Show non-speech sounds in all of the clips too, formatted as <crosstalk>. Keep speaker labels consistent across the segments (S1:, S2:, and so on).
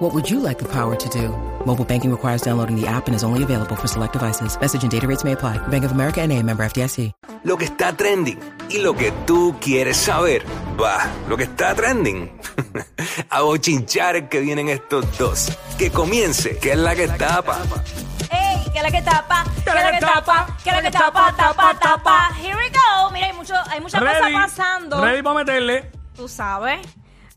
S1: What would you like the power to do? Mobile banking requires downloading the app and is only available for select devices. Message and data rates may apply. Bank of America and a member FDIC.
S2: Lo que está trending y lo que tú quieres saber. Va, lo que está trending. <laughs> A bochinchar que vienen estos dos. Que comience, que es la que tapa.
S3: ¡Ey! ¿Qué es la que tapa? ¿Qué es la que tapa? ¿Qué es la que tapa? Tapa, tapa. Here we go. Mira, hay, mucho, hay muchas cosas pasando.
S4: Ready para meterle.
S3: Tú sabes.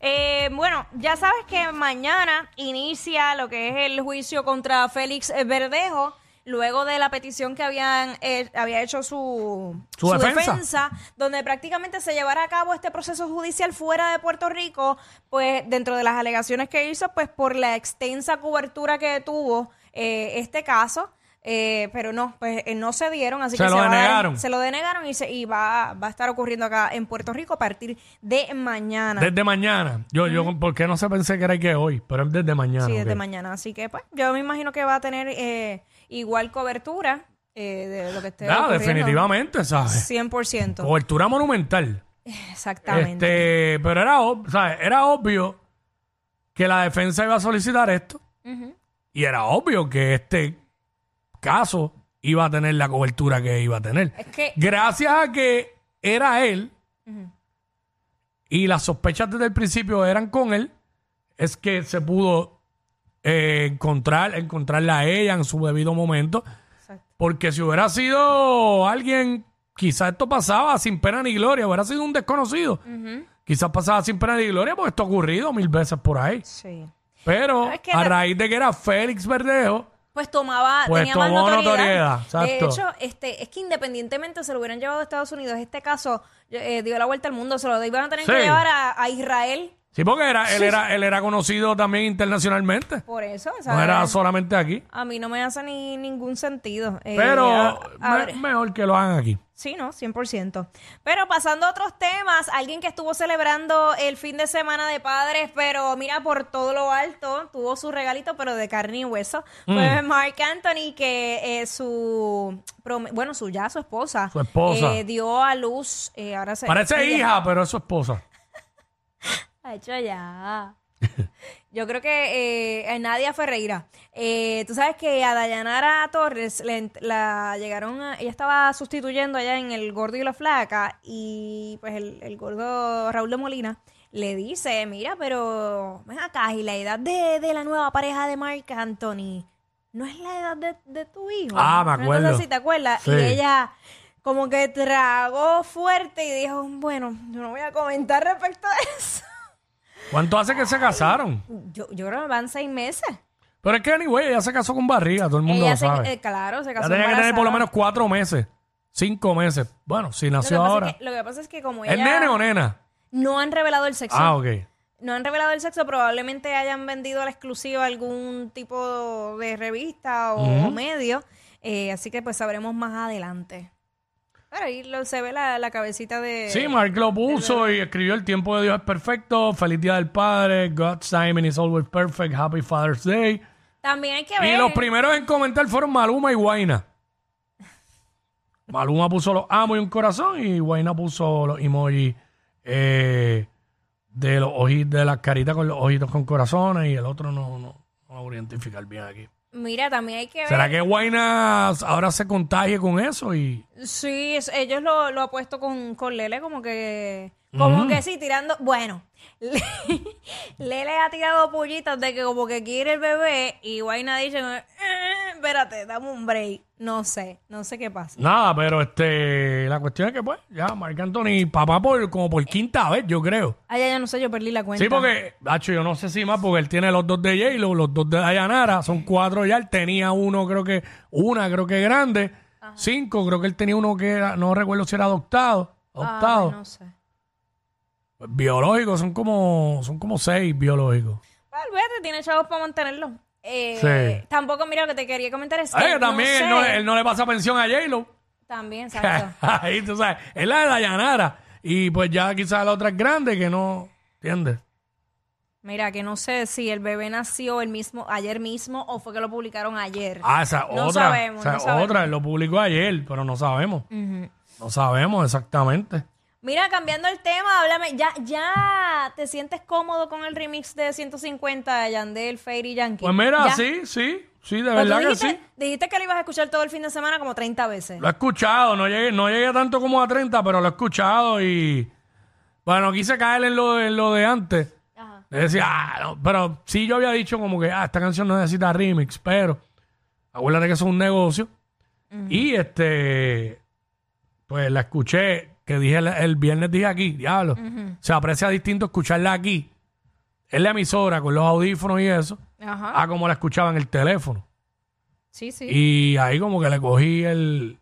S3: Eh, bueno, ya sabes que mañana inicia lo que es el juicio contra Félix Verdejo. Luego de la petición que habían eh, había hecho su,
S4: Su defensa.
S3: donde prácticamente se llevara a cabo este proceso judicial fuera de Puerto Rico, pues dentro de las alegaciones que hizo, pues por la extensa cobertura que tuvo eh, este caso, eh, pero no, pues eh, no se dieron, así
S4: Se
S3: que
S4: lo
S3: va a dar-
S4: denegaron.
S3: se lo denegaron y, se, y va, va a estar ocurriendo acá en Puerto Rico a partir de mañana.
S4: Desde mañana. Yo, yo, ¿por qué no se pensé que era que hoy? Pero es desde mañana.
S3: Sí, desde
S4: ok.
S3: mañana. Así que, pues, yo me imagino que va a tener eh, igual cobertura eh, de lo que esté.
S4: Ah,
S3: ocurriendo.
S4: definitivamente, ¿sabes?
S3: 100%.
S4: Cobertura monumental.
S3: Exactamente.
S4: Este, pero era, ob- ¿sabes? era obvio que la defensa iba a solicitar esto. Y era obvio que este caso iba a tener la cobertura que iba a tener.
S3: Es que-
S4: Gracias a que era él y las sospechas desde el principio eran con él, es que se pudo eh, encontrar, encontrarla a ella en su debido momento.
S3: Exacto.
S4: Porque si hubiera sido alguien, quizás esto pasaba sin pena ni gloria, hubiera sido un desconocido. Quizás pasaba sin pena ni gloria, porque esto ha ocurrido mil veces por ahí.
S3: Sí.
S4: Pero
S3: Es que
S4: a
S3: la-
S4: raíz de que era Félix Verdejo,
S3: Pues tomaba,
S4: Pues
S3: tenía más
S4: tomó
S3: notoriedad.
S4: notoriedad,
S3: de
S4: exacto.
S3: hecho, este, es que independientemente se lo hubieran llevado a Estados Unidos, este caso eh, dio la vuelta al mundo, se lo iban a tener que
S4: Sí.
S3: llevar a, a Israel
S4: sí, porque era, él, era, él era conocido también internacionalmente.
S3: por eso. o sea,
S4: No era solamente aquí.
S3: A mí no me hace ni ningún sentido. eh,
S4: Pero
S3: a- a
S4: me-
S3: ver.
S4: mejor que lo hagan aquí.
S3: Sí, no, 100%. Pero pasando a otros temas, alguien que estuvo celebrando el fin de semana de padres, pero mira, por todo lo alto, tuvo su regalito, pero de carne y hueso, fue
S4: Mm.
S3: Mark Anthony, que eh, su, prom- bueno, su ya, su esposa,
S4: Su esposa.
S3: eh, dio a luz, eh, ahora se...
S4: Parece
S3: ella-
S4: hija, pero es su esposa.
S3: Ha hecho ya. Yo creo que eh, a Nadia Ferreira. Eh, Tú sabes que a Dayanara Torres le ent- la llegaron a- Ella estaba sustituyendo allá en El Gordo y la Flaca. Y pues el, el gordo Raúl de Molina le dice: Mira, pero ven acá, y la edad de, de la nueva pareja de Marc Anthony no es la edad de, de tu hijo.
S4: Ah, me
S3: Una cosa
S4: acuerdo.
S3: así, ¿te acuerdas?
S4: Sí.
S3: Y ella como que tragó fuerte y dijo: Bueno, yo no voy a comentar respecto a eso.
S4: ¿Cuánto hace que se casaron?
S3: Yo, yo creo que van seis meses.
S4: Pero es que, anyway, ella se casó con barriga, todo el mundo
S3: Ella
S4: lo
S3: se-
S4: sabe.
S3: eh, claro, se
S4: Ya
S3: casó
S4: tenía que tener por lo
S3: embarazada.
S4: menos cuatro meses, cinco meses. Bueno, si
S3: Lo que,
S4: nació
S3: pasa
S4: ahora.
S3: es que, lo que pasa es que como
S4: ¿Es
S3: ella... Eh,
S4: nene o nena?
S3: No han revelado el sexo.
S4: Ah, ok.
S3: No han revelado el sexo. Probablemente hayan vendido a la exclusiva algún tipo de revista o, o medio. Eh, así que pues sabremos más adelante. Pero ahí lo- se ve la, la cabecita de...
S4: Sí, Mark lo puso y escribió El tiempo de Dios es perfecto, Feliz Día del Padre, God's timing is always perfect, Happy Father's Day.
S3: También hay que ver...
S4: Y los primeros en comentar fueron Maluma y Guaina. Maluma puso los amo y un corazón y Guaina puso los emojis eh, de los ojitos, de las caritas con los ojitos con corazones y el otro no, no, no lo voy a identificar bien aquí.
S3: Mira, también hay que ver...
S4: ¿Será que Guaina ahora se contagie con eso y
S3: Sí, es- ellos lo, lo ha puesto con, con Lele como que... Como que sí, tirando... Bueno, <laughs> Le- Lele ha tirado pullitas de que como que quiere el bebé y Guayna dice, "Eh, espérate, dame un break. No sé, no sé qué pasa.
S4: Nada, pero este, la cuestión es que pues, ya, Marc Anthony, papá por como por quinta vez, yo creo.
S3: Ay, Ah, ya, ya no sé, yo perdí la cuenta.
S4: Sí, porque, Nacho, yo no sé si más, porque él tiene los dos de J-Lo, los dos de Dayanara, son cuatro ya, él tenía uno, creo que, una creo que grande, cinco, creo que él tenía uno que era, no recuerdo si era adoptado,
S3: Ah,
S4: adoptado.
S3: no sé.
S4: Biológicos, son como, son como seis biológicos.
S3: Bueno, Pues, vete, tiene chavos para mantenerlo. Eh,
S4: Sí.
S3: Tampoco, mira, lo que te quería comentar es que...
S4: Ay, que
S3: no
S4: también él,
S3: sé.
S4: no, él no le pasa pensión a J-Lo.
S3: También,
S4: <laughs>
S3: exacto.
S4: Ahí tú sabes, es la de Dayanara. Y pues ya quizás la otra es grande que no, ¿entiendes?
S3: Mira, que no sé si el bebé nació el mismo, ayer mismo o fue que lo publicaron ayer.
S4: Ah, esa
S3: No
S4: otra,
S3: sabemos,
S4: esa
S3: no sabemos.
S4: otra, lo publicó ayer, pero no sabemos. No sabemos exactamente.
S3: Mira, cambiando el tema, háblame. ¿Ya, ya te sientes cómodo con el remix de 150 de Yandel, Feir y Yankee?
S4: Pues mira,
S3: ¿Ya?
S4: sí, sí, sí, de
S3: Pero tú
S4: verdad que
S3: dijiste,
S4: sí.
S3: dijiste que lo ibas a escuchar todo el fin de semana como 30 veces.
S4: Lo he escuchado, no llegué, no llegué tanto como a 30, pero lo he escuchado y. Bueno, quise caer en lo, de- en lo de antes.
S3: Ajá.
S4: Decía, ah, no, pero sí yo había dicho como que, ah, esta canción no necesita remix, pero acuérdate que eso es un negocio. Y este, pues la escuché, que dije el, el viernes, dije aquí, diablo, se aprecia distinto escucharla aquí, en la emisora, con los audífonos y eso,
S3: Ajá.
S4: a como la escuchaba en el teléfono.
S3: Sí, sí.
S4: Y ahí como que le cogí el,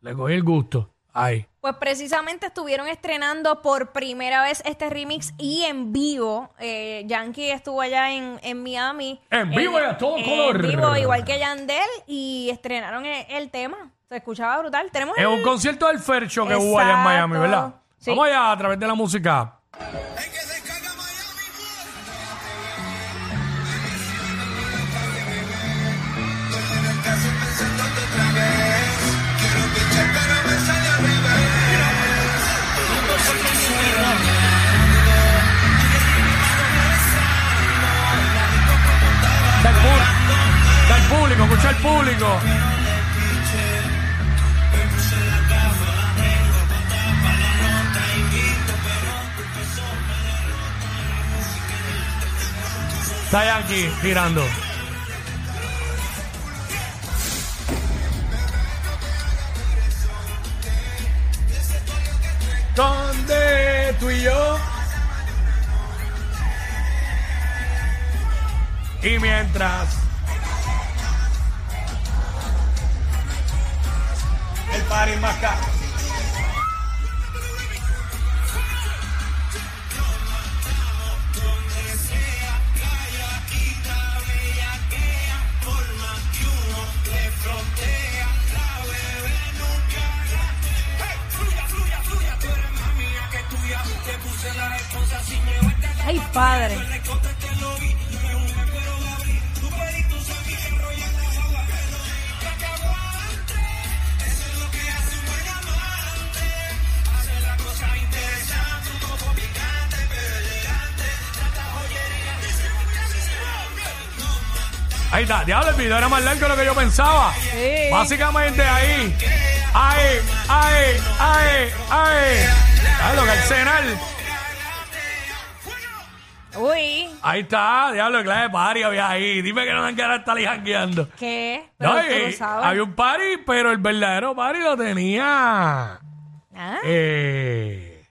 S4: le cogí el gusto, ahí.
S3: Pues precisamente estuvieron estrenando por primera vez este remix y en vivo. Eh, Yankee estuvo allá en, en Miami.
S4: En vivo y a todo color.
S3: En vivo, igual que Yandel, y estrenaron el, el tema. Se escuchaba brutal. Tenemos
S4: Es
S3: el-
S4: un concierto del Fercho que hubo allá en
S3: Exacto.
S4: Miami, ¿verdad?
S3: Sí.
S4: Vamos allá a través de la música. Del pu- del público, escucha el público. Está Yankee girando. ¿Dónde tú y yo? Y mientras
S5: el party más caro.
S3: ¡Ay, padre!
S4: Ahí está, diablo, el video era más largo de lo que yo pensaba.
S3: Sí.
S4: Básicamente ahí. Ahí, ahí, ahí, ahí. Diablo, que arsenal.
S3: Uy,
S4: Ahí está, diablo, clase de party había ahí. Dime que no me han quedado estar ahí jangueando.
S3: ¿qué? Pero
S4: No,
S3: tú
S4: y-
S3: lo sabes.
S4: había un party, pero el verdadero party lo tenía.
S3: Ah,
S4: eh,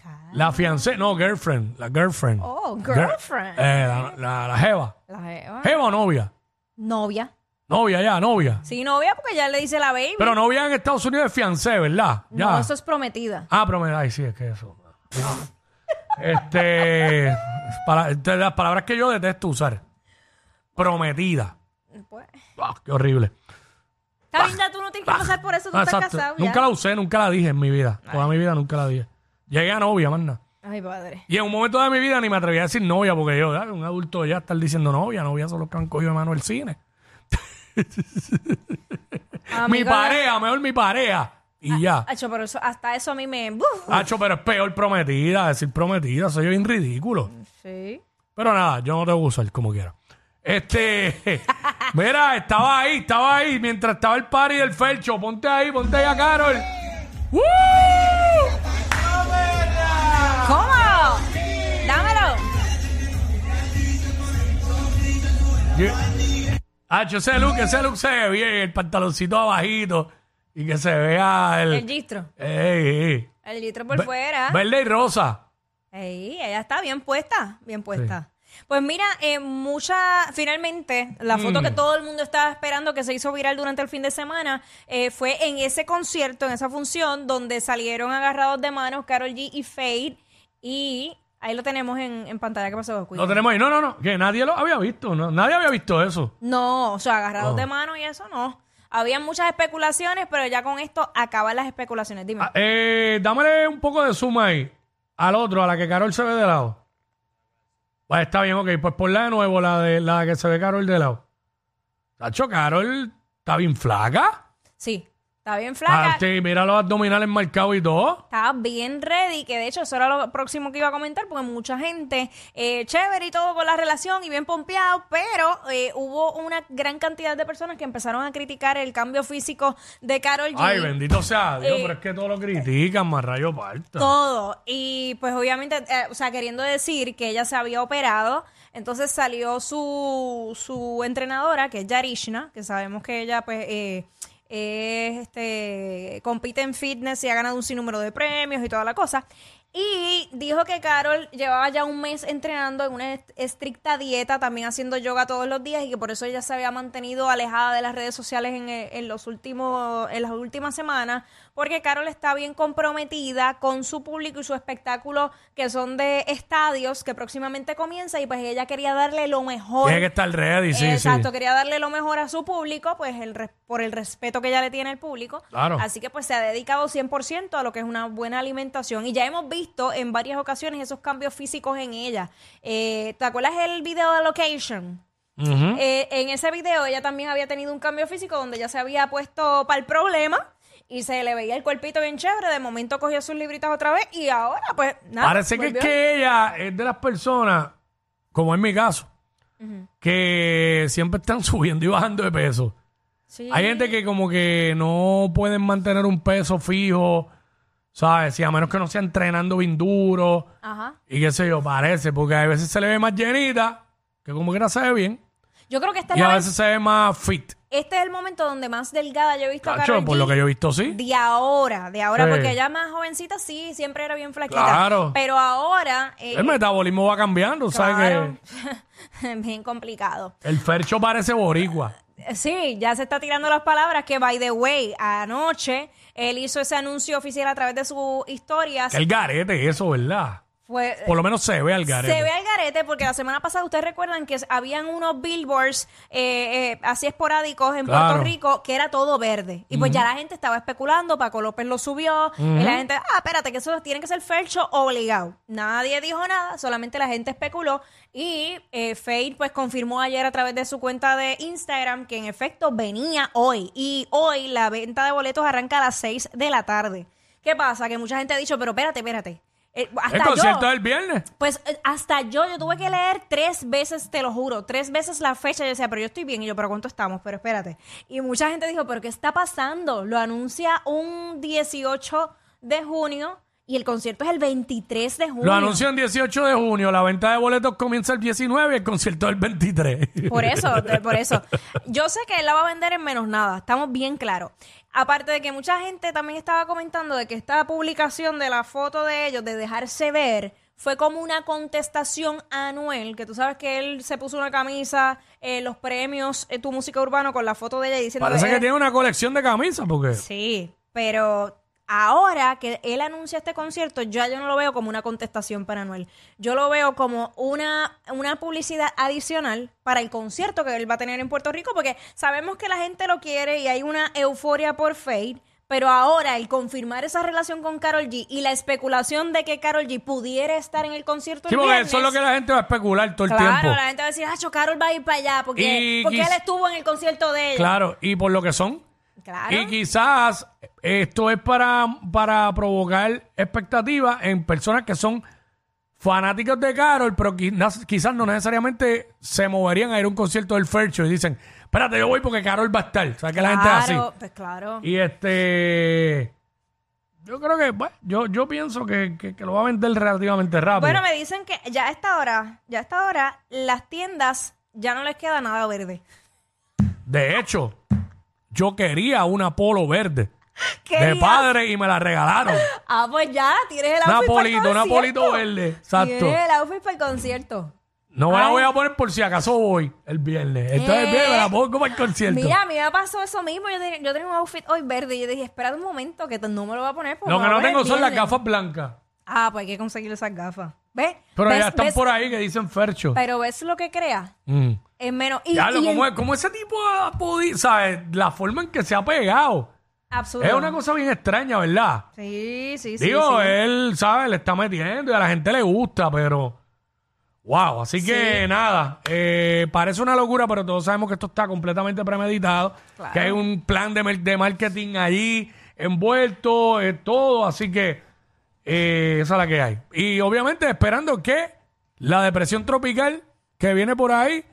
S3: ca-
S4: la fiancé, no, girlfriend, la girlfriend.
S3: Oh,
S4: Gir-
S3: girlfriend.
S4: eh, la, la- la jeva.
S3: La jeva.
S4: ¿Jeva o novia?
S3: Novia.
S4: Novia ya, novia.
S3: Sí, novia, porque ya le dice la baby.
S4: Pero novia en Estados Unidos es fiancé, ¿verdad? Ya.
S3: No, eso es prometida.
S4: Ah, pero me ay, sí, es que eso. este. para- de las palabras que yo detesto usar. Prometida.
S3: Pues,
S4: Ah, qué horrible.
S3: está bien, ya tú no tienes que pasar por eso, tú
S4: Ah,
S3: estás
S4: exacto.
S3: casado. ya.
S4: Nunca la usé, nunca la dije en mi vida. Toda mi vida nunca la dije. Llegué a novia, más nada.
S3: Ay, padre.
S4: Y en un momento de mi vida ni me atreví a decir novia, porque yo, ay, un adulto ya estar diciendo novia, novia son los que han cogido de mano el cine. mi
S3: Amigo,
S4: pareja, mejor mi pareja. Y ya.
S3: Acho, pero Ah, eso, hasta eso a mí me. Buf.
S4: Hacho, pero es peor prometida, decir prometida, soy bien ridículo.
S3: Sí.
S4: Pero nada, yo no te voy a usar como quiera. Este, <laughs> mira, estaba ahí, estaba ahí, mientras estaba el party del Felcho. Ponte ahí, ponte ahí a Carol. ¡Woo!
S3: ¿Cómo? Dámelo.
S4: Ye- Ah, Hacho, ese look, ese look se ve bien, el pantaloncito abajito y que se vea el...
S3: El gistro.
S4: Ey, ey.
S3: El litro por
S4: Ve-
S3: fuera.
S4: Verde y rosa.
S3: Ahí, ella está bien puesta, bien puesta. Pues mira, eh, mucha, finalmente, la foto
S4: Mm.
S3: que todo el mundo estaba esperando que se hizo viral durante el fin de semana eh, fue en ese concierto, en esa función, donde salieron agarrados de manos Carol G y Fade. Y ahí lo tenemos en, en pantalla. ¿Qué pasó? Cuida.
S4: Lo tenemos ahí. No, no, no, que nadie lo había visto, no, nadie había visto eso. Oh.
S3: No, o sea, agarrados de manos y eso no. Había muchas especulaciones, pero ya con esto acaban las especulaciones. Dime.
S4: Ah, eh, dámele un poco de suma ahí. Al otro, a la que Carol se ve de lado. Pues está bien, ok. Pues ponla de nuevo, la de la que se ve Carol de lado. Tacho, Carol está bien flaca.
S3: Sí, está bien
S4: Ah,
S3: flaca.
S4: sí, mira los abdominales marcados y todo.
S3: Estaba bien ready, que de hecho eso era lo próximo que iba a comentar, porque mucha gente, eh, chévere y todo con la relación y bien pompeado, pero eh, hubo una gran cantidad de personas que empezaron a criticar el cambio físico de Carol G.
S4: Ay, bendito sea Dios,
S3: Eh,
S4: pero es que todo lo critican, más rayo parta.
S3: Todo. Y pues obviamente, eh, o sea, queriendo decir que ella se había operado, entonces salió su, su entrenadora, que es Yarishna, que sabemos que ella pues eh, es, este, compite en fitness y ha ganado un sinnúmero de premios y toda la cosa. Y dijo que Carol llevaba ya un mes entrenando en una est- estricta dieta, también haciendo yoga todos los días y que por eso ella se había mantenido alejada de las redes sociales en, eh, en los últimos, en las últimas semanas, porque Carol está bien comprometida con su público y su espectáculo que son de estadios que próximamente comienza y pues ella quería darle lo mejor.
S4: Tiene que estar ready, sí,
S3: Exacto,
S4: sí.
S3: quería darle lo mejor a su público, pues el res- por el respeto que ella le tiene al público.
S4: Claro.
S3: Así que pues se ha dedicado 100% a lo que es una buena alimentación y ya hemos visto en varias ocasiones esos cambios físicos en ella. Eh, ¿Te acuerdas el video de Location?
S4: Ujú.
S3: Eh, en ese video ella también había tenido un cambio físico donde ya se había puesto para el problema y se le veía el cuerpito bien chévere, de momento cogió sus libritas otra vez y ahora pues nada.
S4: Parece que, es
S3: volvió.
S4: que ella es de las personas, como en mi caso, que siempre están <laughs> subiendo y bajando de peso.
S3: Sí.
S4: Hay gente que como que no pueden mantener un peso fijo, ¿sabes? Y a menos que no sea entrenando bien duro
S3: Ajá.
S4: y qué sé yo, parece, porque a veces se le ve más llenita, que como que se ve bien,
S3: Yo creo que esta es
S4: y a
S3: la vez-
S4: veces se ve más fit.
S3: este es el momento donde más delgada yo he visto a
S4: Cacho,
S3: Karol
S4: por
S3: G.
S4: lo que yo he visto, sí.
S3: De ahora, de ahora,
S4: Sí.
S3: porque ella más jovencita sí, siempre era bien flaquita.
S4: Claro.
S3: Pero ahora. eh,
S4: El metabolismo va cambiando, ¿sabes?
S3: claro. <laughs> bien complicado.
S4: Que el fercho parece boricua.
S3: Eh, Sí, ya se está tirando las palabras que, by the way, anoche él hizo ese anuncio oficial a través de sus historias.
S4: El garete, eso, ¿verdad?
S3: Fue,
S4: Por lo menos se ve al garete.
S3: Eh, Se ve al garete porque la semana pasada ustedes recuerdan que habían unos billboards eh, eh, así esporádicos en
S4: Claro.
S3: Puerto Rico que era todo verde. Y pues ya la gente estaba especulando, Paco López lo subió y la gente, ah, espérate, que eso tiene que ser felcho obligado. Nadie dijo nada, solamente la gente especuló y eh, Fade pues confirmó ayer a través de su cuenta de Instagram que en efecto venía hoy y hoy la venta de boletos arranca a las 6 de la tarde. ¿Qué pasa? Que mucha gente ha dicho, pero espérate, espérate. Eh, hasta
S4: el
S3: yo-
S4: concierto del viernes.
S3: pues eh, hasta yo, yo tuve que leer tres veces, te lo juro, tres veces la fecha. Yo decía, pero yo estoy bien. Y yo, pero ¿cuánto estamos? Pero espérate. Y mucha gente dijo, ¿pero qué está pasando? Lo anuncia un 18 de junio y el concierto es el 23 de junio.
S4: Lo anuncian 18 de junio, la venta de boletos comienza el 19 y el concierto el 23.
S3: Por eso, de- por eso. Yo sé que él la va a vender en menos nada, estamos bien claros. Aparte de que mucha gente también estaba comentando de que esta publicación de la foto de ellos, de dejarse ver, fue como una contestación a Anuel, que tú sabes que él se puso una camisa, eh, los premios, eh, tu música urbano con la foto de ella "Este diciendo...
S4: Parece que
S3: "Eres-
S4: tiene una colección de camisas porque...
S3: Sí, pero ahora que él anuncia este concierto, yo, yo no lo veo como una contestación para Anuel. Yo lo veo como una, una publicidad adicional para el concierto que él va a tener en Puerto Rico, porque sabemos que la gente lo quiere y hay una euforia por Fade. Pero ahora, el confirmar esa relación con Carol G y la especulación de que Carol G pudiera estar en el concierto
S4: Sí,
S3: el
S4: porque
S3: viernes,
S4: eso es lo que la gente va a especular todo el
S3: Claro,
S4: tiempo.
S3: la gente va a decir, ah, Carol va a ir para allá porque,
S4: Y
S3: porque él
S4: quiz-
S3: estuvo en el concierto de ella.
S4: Claro, y por lo que son.
S3: Claro.
S4: Y quizás esto es para, para provocar expectativas en personas que son fanáticos de Carol, pero quizás, quizás no necesariamente se moverían a ir a un concierto del Fercho y dicen, espérate, yo voy porque Carol va a estar. O sea, que la gente es así.
S3: Claro, pues claro.
S4: Y este. Yo creo que, bueno, yo, yo pienso que, que- que lo va a vender relativamente rápido.
S3: Bueno, me dicen que ya a esta hora, ya a esta hora, las tiendas ya no les queda nada verde.
S4: De hecho, yo quería una polo verde de
S3: Querías-
S4: padre y me la regalaron.
S3: Ah, pues ya, tienes el
S4: Una
S3: outfit para el
S4: polito, una
S3: concierto.
S4: polito verde. Exacto.
S3: Tienes el outfit para el concierto.
S4: No me la
S3: Ay.
S4: voy a poner por si acaso voy el viernes. Entonces,
S3: Eh.
S4: bien, me la pongo para el concierto.
S3: Mira, a mí me pasó eso mismo. Yo tenía, yo tenía un outfit hoy verde y yo dije, espera un momento que t- no me lo voy a poner. porque
S4: lo
S3: me
S4: que
S3: lo
S4: no
S3: voy a
S4: tengo
S3: poner
S4: son las
S3: viernes".
S4: gafas blancas.
S3: Ah, pues hay que conseguir esas gafas. ¿Ves?
S4: Pero
S3: ¿Ves-
S4: ya están
S3: ves-
S4: por ahí que dicen Fercho.
S3: Pero ves lo que crea.
S4: Mm.
S3: Es menos. Y,
S4: Ya lo-
S3: y
S4: como,
S3: en-
S4: es- como ese tipo ha podido, ¿sabes? La forma en que se ha pegado.
S3: Absurdo.
S4: Es una cosa bien extraña, ¿verdad?
S3: Sí, sí, sí.
S4: Digo, eh.
S3: sí.
S4: él, ¿sabes? Le está metiendo y a la gente le gusta, pero. Wow, así que nada, eh, parece una locura, pero todos sabemos que esto está completamente premeditado,
S3: Claro.
S4: que hay un plan de, mer- de marketing allí envuelto, eh, todo, así que eh, esa es la que hay. Y obviamente esperando que la depresión tropical que viene por ahí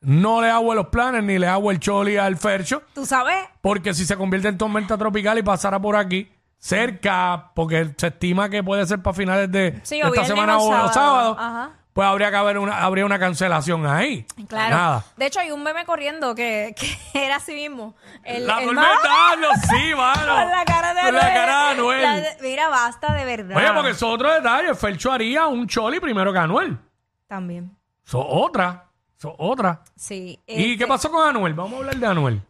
S4: no le hago los planes ni le hago el choli al fercho.
S3: Tú sabes,
S4: Porque si se convierte en tormenta tropical y pasara por aquí, cerca, porque se estima que puede ser para finales de
S3: Sí, o
S4: esta
S3: viernes
S4: semana
S3: o
S4: o los
S3: sábado.
S4: sábados,
S3: Ajá.
S4: pues habría que haber una, habría una cancelación ahí.
S3: claro.
S4: Nada.
S3: De hecho, hay un meme corriendo que, que <laughs> era así mismo. El,
S4: la
S3: el
S4: tormenta,
S3: mar
S4: ah, no, sí, mano.
S3: Con la cara de
S4: Con la
S3: Anuel.
S4: cara de Anuel.
S3: La de- Mira, basta de verdad.
S4: Oye, porque eso es otro detalle. Felcho haría un choli primero que Anuel.
S3: También.
S4: Eso es otra. Eso es otra.
S3: Sí.
S4: ¿Y
S3: este-
S4: qué pasó con Anuel? Vamos a hablar de Anuel.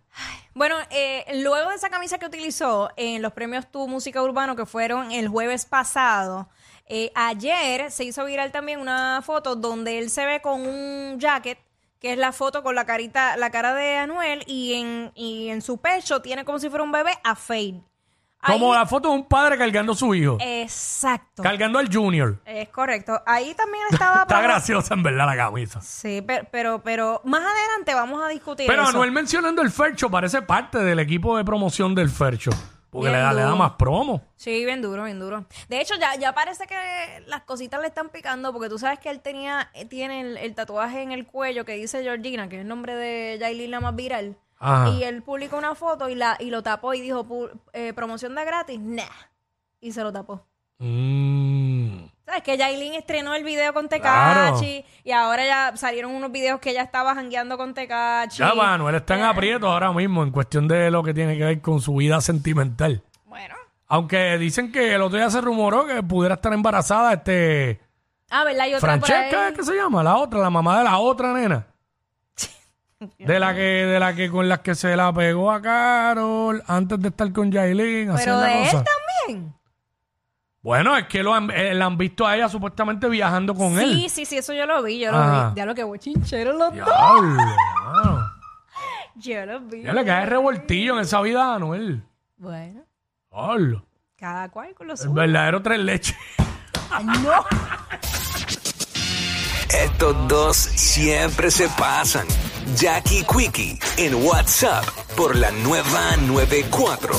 S3: Bueno, eh, luego de esa camisa que utilizó en los premios Tu Música Urbano que fueron el jueves pasado, eh, ayer se hizo viral también una foto donde él se ve con un jacket, que es la foto con la carita, la cara de Anuel, y en, y en su pecho tiene como si fuera un bebé a Fade. Ahí-
S4: Como la foto de un padre cargando a su hijo,
S3: Exacto.
S4: cargando al Junior.
S3: es correcto. Ahí también estaba...
S4: Está graciosa en verdad la camisa.
S3: Sí, pero, pero, pero más adelante vamos a discutir
S4: Pero
S3: eso.
S4: Anuel mencionando el Fercho parece parte del equipo de promoción del Fercho. Porque
S3: Bien
S4: le da, le da
S3: duro.
S4: más promo.
S3: Sí, bien duro, bien duro. De hecho, ya, ya parece que las cositas le están picando, porque tú sabes que él tenía, eh, tiene el, el tatuaje en el cuello que dice Georgina, que es el nombre de Yailin la más viral.
S4: Ajá.
S3: Y él publicó una foto y la, y lo tapó y dijo pu- eh, promoción de gratis, nah. Y se lo tapó.
S4: Mm.
S3: ¿Sabes? Que Yailin estrenó el video con Tekachi
S4: Claro.
S3: y ahora ya salieron unos videos que ella estaba jangueando con Tekachi.
S4: Ya, va, Anuel está en
S3: Eh,
S4: aprieto ahora mismo en cuestión de lo que tiene que ver con su vida sentimental.
S3: Bueno.
S4: Aunque dicen que el otro día se rumoró que pudiera estar embarazada este
S3: Ah, ¿verdad? Y otra por
S4: Francesca,
S3: ahí.
S4: ¿es que se llama? La otra, la mamá de la otra nena.
S3: <laughs>
S4: De la que, de la que con las que se la pegó a Carol antes de estar con Yailin, hacer
S3: Pero
S4: la
S3: de él
S4: cosa.
S3: también.
S4: Bueno, es que lo han, eh, la han visto a ella supuestamente viajando con él.
S3: Sí, sí, sí, eso yo lo vi, yo lo
S4: Ajá.
S3: vi. Ya lo que bochinchero los dos.
S4: Diablo, mano.
S3: Yo lo vi.
S4: Ya le cae revoltillo en esa vida a Anuel.
S3: Bueno,
S4: Diablo.
S3: cada cual con los
S4: El verdadero tres leches.
S3: No.
S2: Estos dos siempre se pasan. Jackie Quickie en WhatsApp por la nueva 94.